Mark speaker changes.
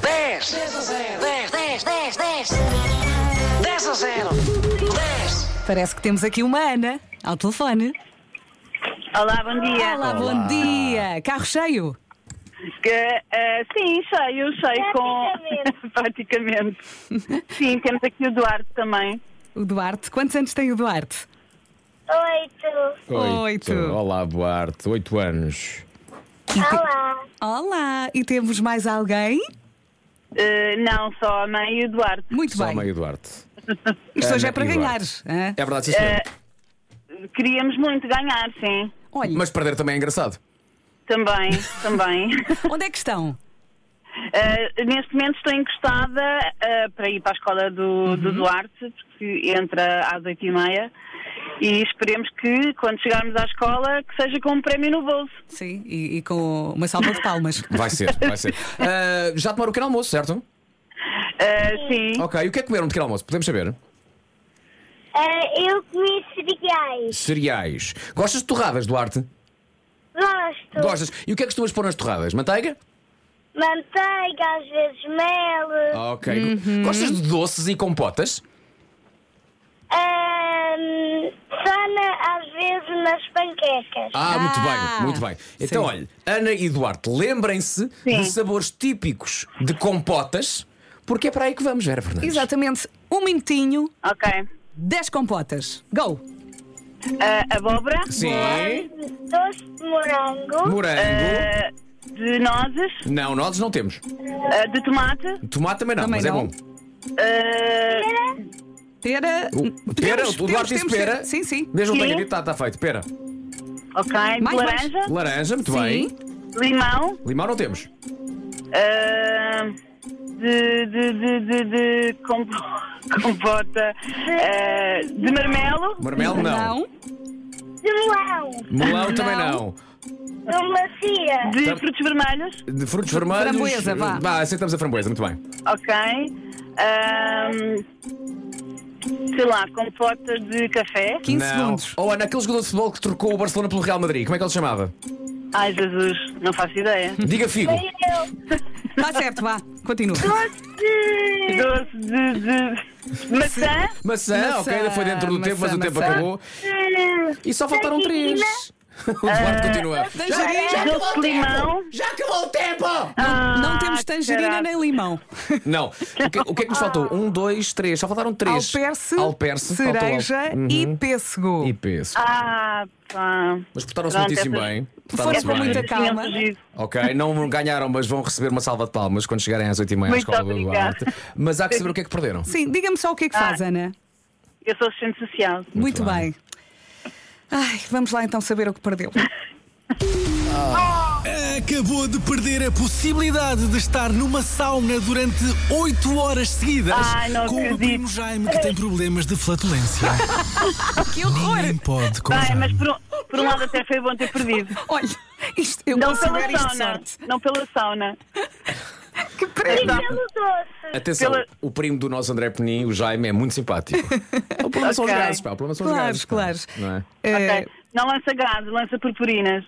Speaker 1: 10. 10 a 0. 10, 10, 10, 10. 10 a 0. 10.
Speaker 2: Parece que temos aqui uma Ana ao telefone.
Speaker 3: Olá, bom dia.
Speaker 2: Olá, bom dia. Carro cheio.
Speaker 3: Que, eh, sim, sei, eu sei com. Praticamente. Sim, temos aqui o Duarte também.
Speaker 2: O Duarte. Quantos anos tem o Duarte?
Speaker 4: Oito.
Speaker 2: Oito.
Speaker 5: Olá, Duarte. Oito anos.
Speaker 4: Olá.
Speaker 2: Olá. E temos mais alguém?
Speaker 3: Eh, não, só a mãe e o Duarte.
Speaker 2: Muito
Speaker 5: Só
Speaker 2: bem.
Speaker 5: meio Duarte.
Speaker 2: Isto hoje
Speaker 5: Ana
Speaker 2: é para
Speaker 5: e
Speaker 2: ganhar.
Speaker 5: Duarte.
Speaker 2: hã?
Speaker 5: É verdade, sim, senhor.
Speaker 3: Queríamos muito ganhar, sim.
Speaker 2: Olha,
Speaker 5: Mas perder também é engraçado.
Speaker 3: Também, também.
Speaker 2: onde é que estão?
Speaker 3: Eh, neste momento estou encostada eh, para ir para a escola do, do Duarte, porque entra às oito e meia. E esperemos que, quando chegarmos à escola, que seja com um prémio no bolso.
Speaker 2: Sim, e, e com uma salva de palmas.
Speaker 5: Vai ser, vai ser. Ah, já tomaram o pequeno almoço, certo?
Speaker 3: Eh, sim.
Speaker 5: Ok, e o que é que comeram de pequeno almoço? Podemos saber?
Speaker 4: Ah, eu comi cereais.
Speaker 5: Cereais. Gostas de torradas, Duarte?
Speaker 4: Gosto.
Speaker 5: Gostas. E o que é que costumas pôr nas torradas? Manteiga?
Speaker 4: Manteiga, às vezes mel.
Speaker 5: Ok.
Speaker 2: Uhum.
Speaker 5: Gostas de doces e compotas?
Speaker 4: Ahm, sana, às vezes, nas panquecas.
Speaker 5: Ah, muito
Speaker 2: Ah,
Speaker 5: bem, muito bem. Então,
Speaker 2: sim.
Speaker 5: olha, Ana e Duarte, lembrem-se
Speaker 3: Sim.
Speaker 5: de sabores típicos de compotas, porque é para aí que vamos, Vera Fernandes.
Speaker 2: Exatamente. Um minutinho,
Speaker 3: Ok.
Speaker 2: 10 compotas. Go!
Speaker 3: Eh, abóbora.
Speaker 5: Sim.
Speaker 4: Doce de morango.
Speaker 2: Ah.
Speaker 5: Morango.
Speaker 3: Eh, de nozes,
Speaker 5: Não, nós não temos.
Speaker 3: eh, de tomate,
Speaker 5: Tomate também não,
Speaker 2: Também
Speaker 5: mas é
Speaker 2: não.
Speaker 5: bom.
Speaker 3: eh,
Speaker 2: Pera.
Speaker 5: O- pera,
Speaker 2: Hum, Temos,
Speaker 5: o Duarte
Speaker 2: temos,
Speaker 5: disse
Speaker 2: temos,
Speaker 5: pera.
Speaker 2: temos. Sim, sim.
Speaker 5: Mesmo
Speaker 3: Sim.
Speaker 5: tenha dito, está feito. tá Pera.
Speaker 3: ok, de
Speaker 2: Mais,
Speaker 3: laranja,
Speaker 5: Laranja, muito bem.
Speaker 2: Sim.
Speaker 3: limão,
Speaker 5: Limão não temos.
Speaker 3: eh, de, de, de, de, de compo- compota, eh, de marmelo,
Speaker 5: Marmelo não.
Speaker 4: De melão.
Speaker 5: Melão também
Speaker 2: Não.
Speaker 5: não.
Speaker 4: De macia.
Speaker 3: de
Speaker 5: Tá-
Speaker 3: frutos vermelhos,
Speaker 5: De frutos vermelhos.
Speaker 2: Framboesa, vá.
Speaker 5: Vá, aceitamos a framboesa, muito bem.
Speaker 3: ok, ehm, sei lá, compota de café,
Speaker 2: 15
Speaker 5: não.
Speaker 2: segundos.
Speaker 5: Ou oh, Ana, aquele jogador de futebol que trocou o Barcelona pelo Real Madrid, como é que ele se chamava?
Speaker 3: ai Jesus, não faço ideia,
Speaker 5: Diga Figo.
Speaker 4: Foi eu.
Speaker 2: Está Tá certo, vá. Continua.
Speaker 4: Doce de...
Speaker 3: doce de, de- de maçã,
Speaker 5: Maçã,
Speaker 2: Maçã,
Speaker 5: ok, ainda foi dentro do
Speaker 2: maçã,
Speaker 5: tempo, mas o tempo
Speaker 2: maçã.
Speaker 5: acabou. E só faltaram três.
Speaker 4: Tangerina.
Speaker 5: O Duarte continua.
Speaker 2: Ah, Tangerina.
Speaker 5: já
Speaker 3: doce de limão,
Speaker 5: Já acabou o tempo!
Speaker 2: Não
Speaker 3: Ah,
Speaker 2: temos tangerina
Speaker 3: caraca.
Speaker 2: nem limão.
Speaker 5: Não. O que, o que é que nos faltou? Um, dois, três. Só faltaram três.
Speaker 2: Ah. Alperce,
Speaker 5: Alperce. faltou al-
Speaker 2: cereja e pêssego.
Speaker 5: E peso.
Speaker 3: Ah, pá.
Speaker 5: Mas portaram-se
Speaker 3: Pronto,
Speaker 5: muitíssimo
Speaker 3: essas-
Speaker 5: bem.
Speaker 2: Foram
Speaker 5: Portaram-se
Speaker 2: com
Speaker 5: bem.
Speaker 2: muita
Speaker 3: Tinham
Speaker 2: calma.
Speaker 3: fugido.
Speaker 5: Ok, não ganharam, mas vão receber uma salva de palmas quando chegarem às 8h30 à
Speaker 3: Muito
Speaker 5: escola do
Speaker 3: obrigada.
Speaker 5: Duarte. Mas há que saber o que é que perderam.
Speaker 2: Sim, diga-me só o que é que faz, Ana.
Speaker 3: Eu sou assistente social.
Speaker 2: Muito,
Speaker 5: Muito
Speaker 2: bem. Ai, vamos lá então saber o que perdeu.
Speaker 6: Acabou de perder a possibilidade de estar numa sauna durante 8 horas seguidas
Speaker 3: Ai, não
Speaker 6: com o
Speaker 3: acredito.
Speaker 6: primo Jaime que tem problemas de flatulência.
Speaker 2: Que horror!
Speaker 6: Ninguém pode com o
Speaker 3: Ai, mas
Speaker 6: Jaime.
Speaker 3: por um, por um lado até foi bom ter perdido.
Speaker 2: Olha, isto, eu
Speaker 3: Não
Speaker 2: considero
Speaker 3: pela
Speaker 2: isto
Speaker 3: sauna.
Speaker 2: sorte.
Speaker 3: Não pela sauna.
Speaker 2: Que prenda!
Speaker 4: Pelo doce.
Speaker 5: Atenção,
Speaker 3: Pela-
Speaker 5: o primo do nosso André Penin, o Jaime, é muito simpático. O problema são os
Speaker 3: Ok.
Speaker 5: gases, pá. O problema são
Speaker 2: Claro,
Speaker 5: os gases.
Speaker 2: claro.
Speaker 5: Não é?
Speaker 2: Eh,
Speaker 3: Ok. Não lança gás, lança purpurinas.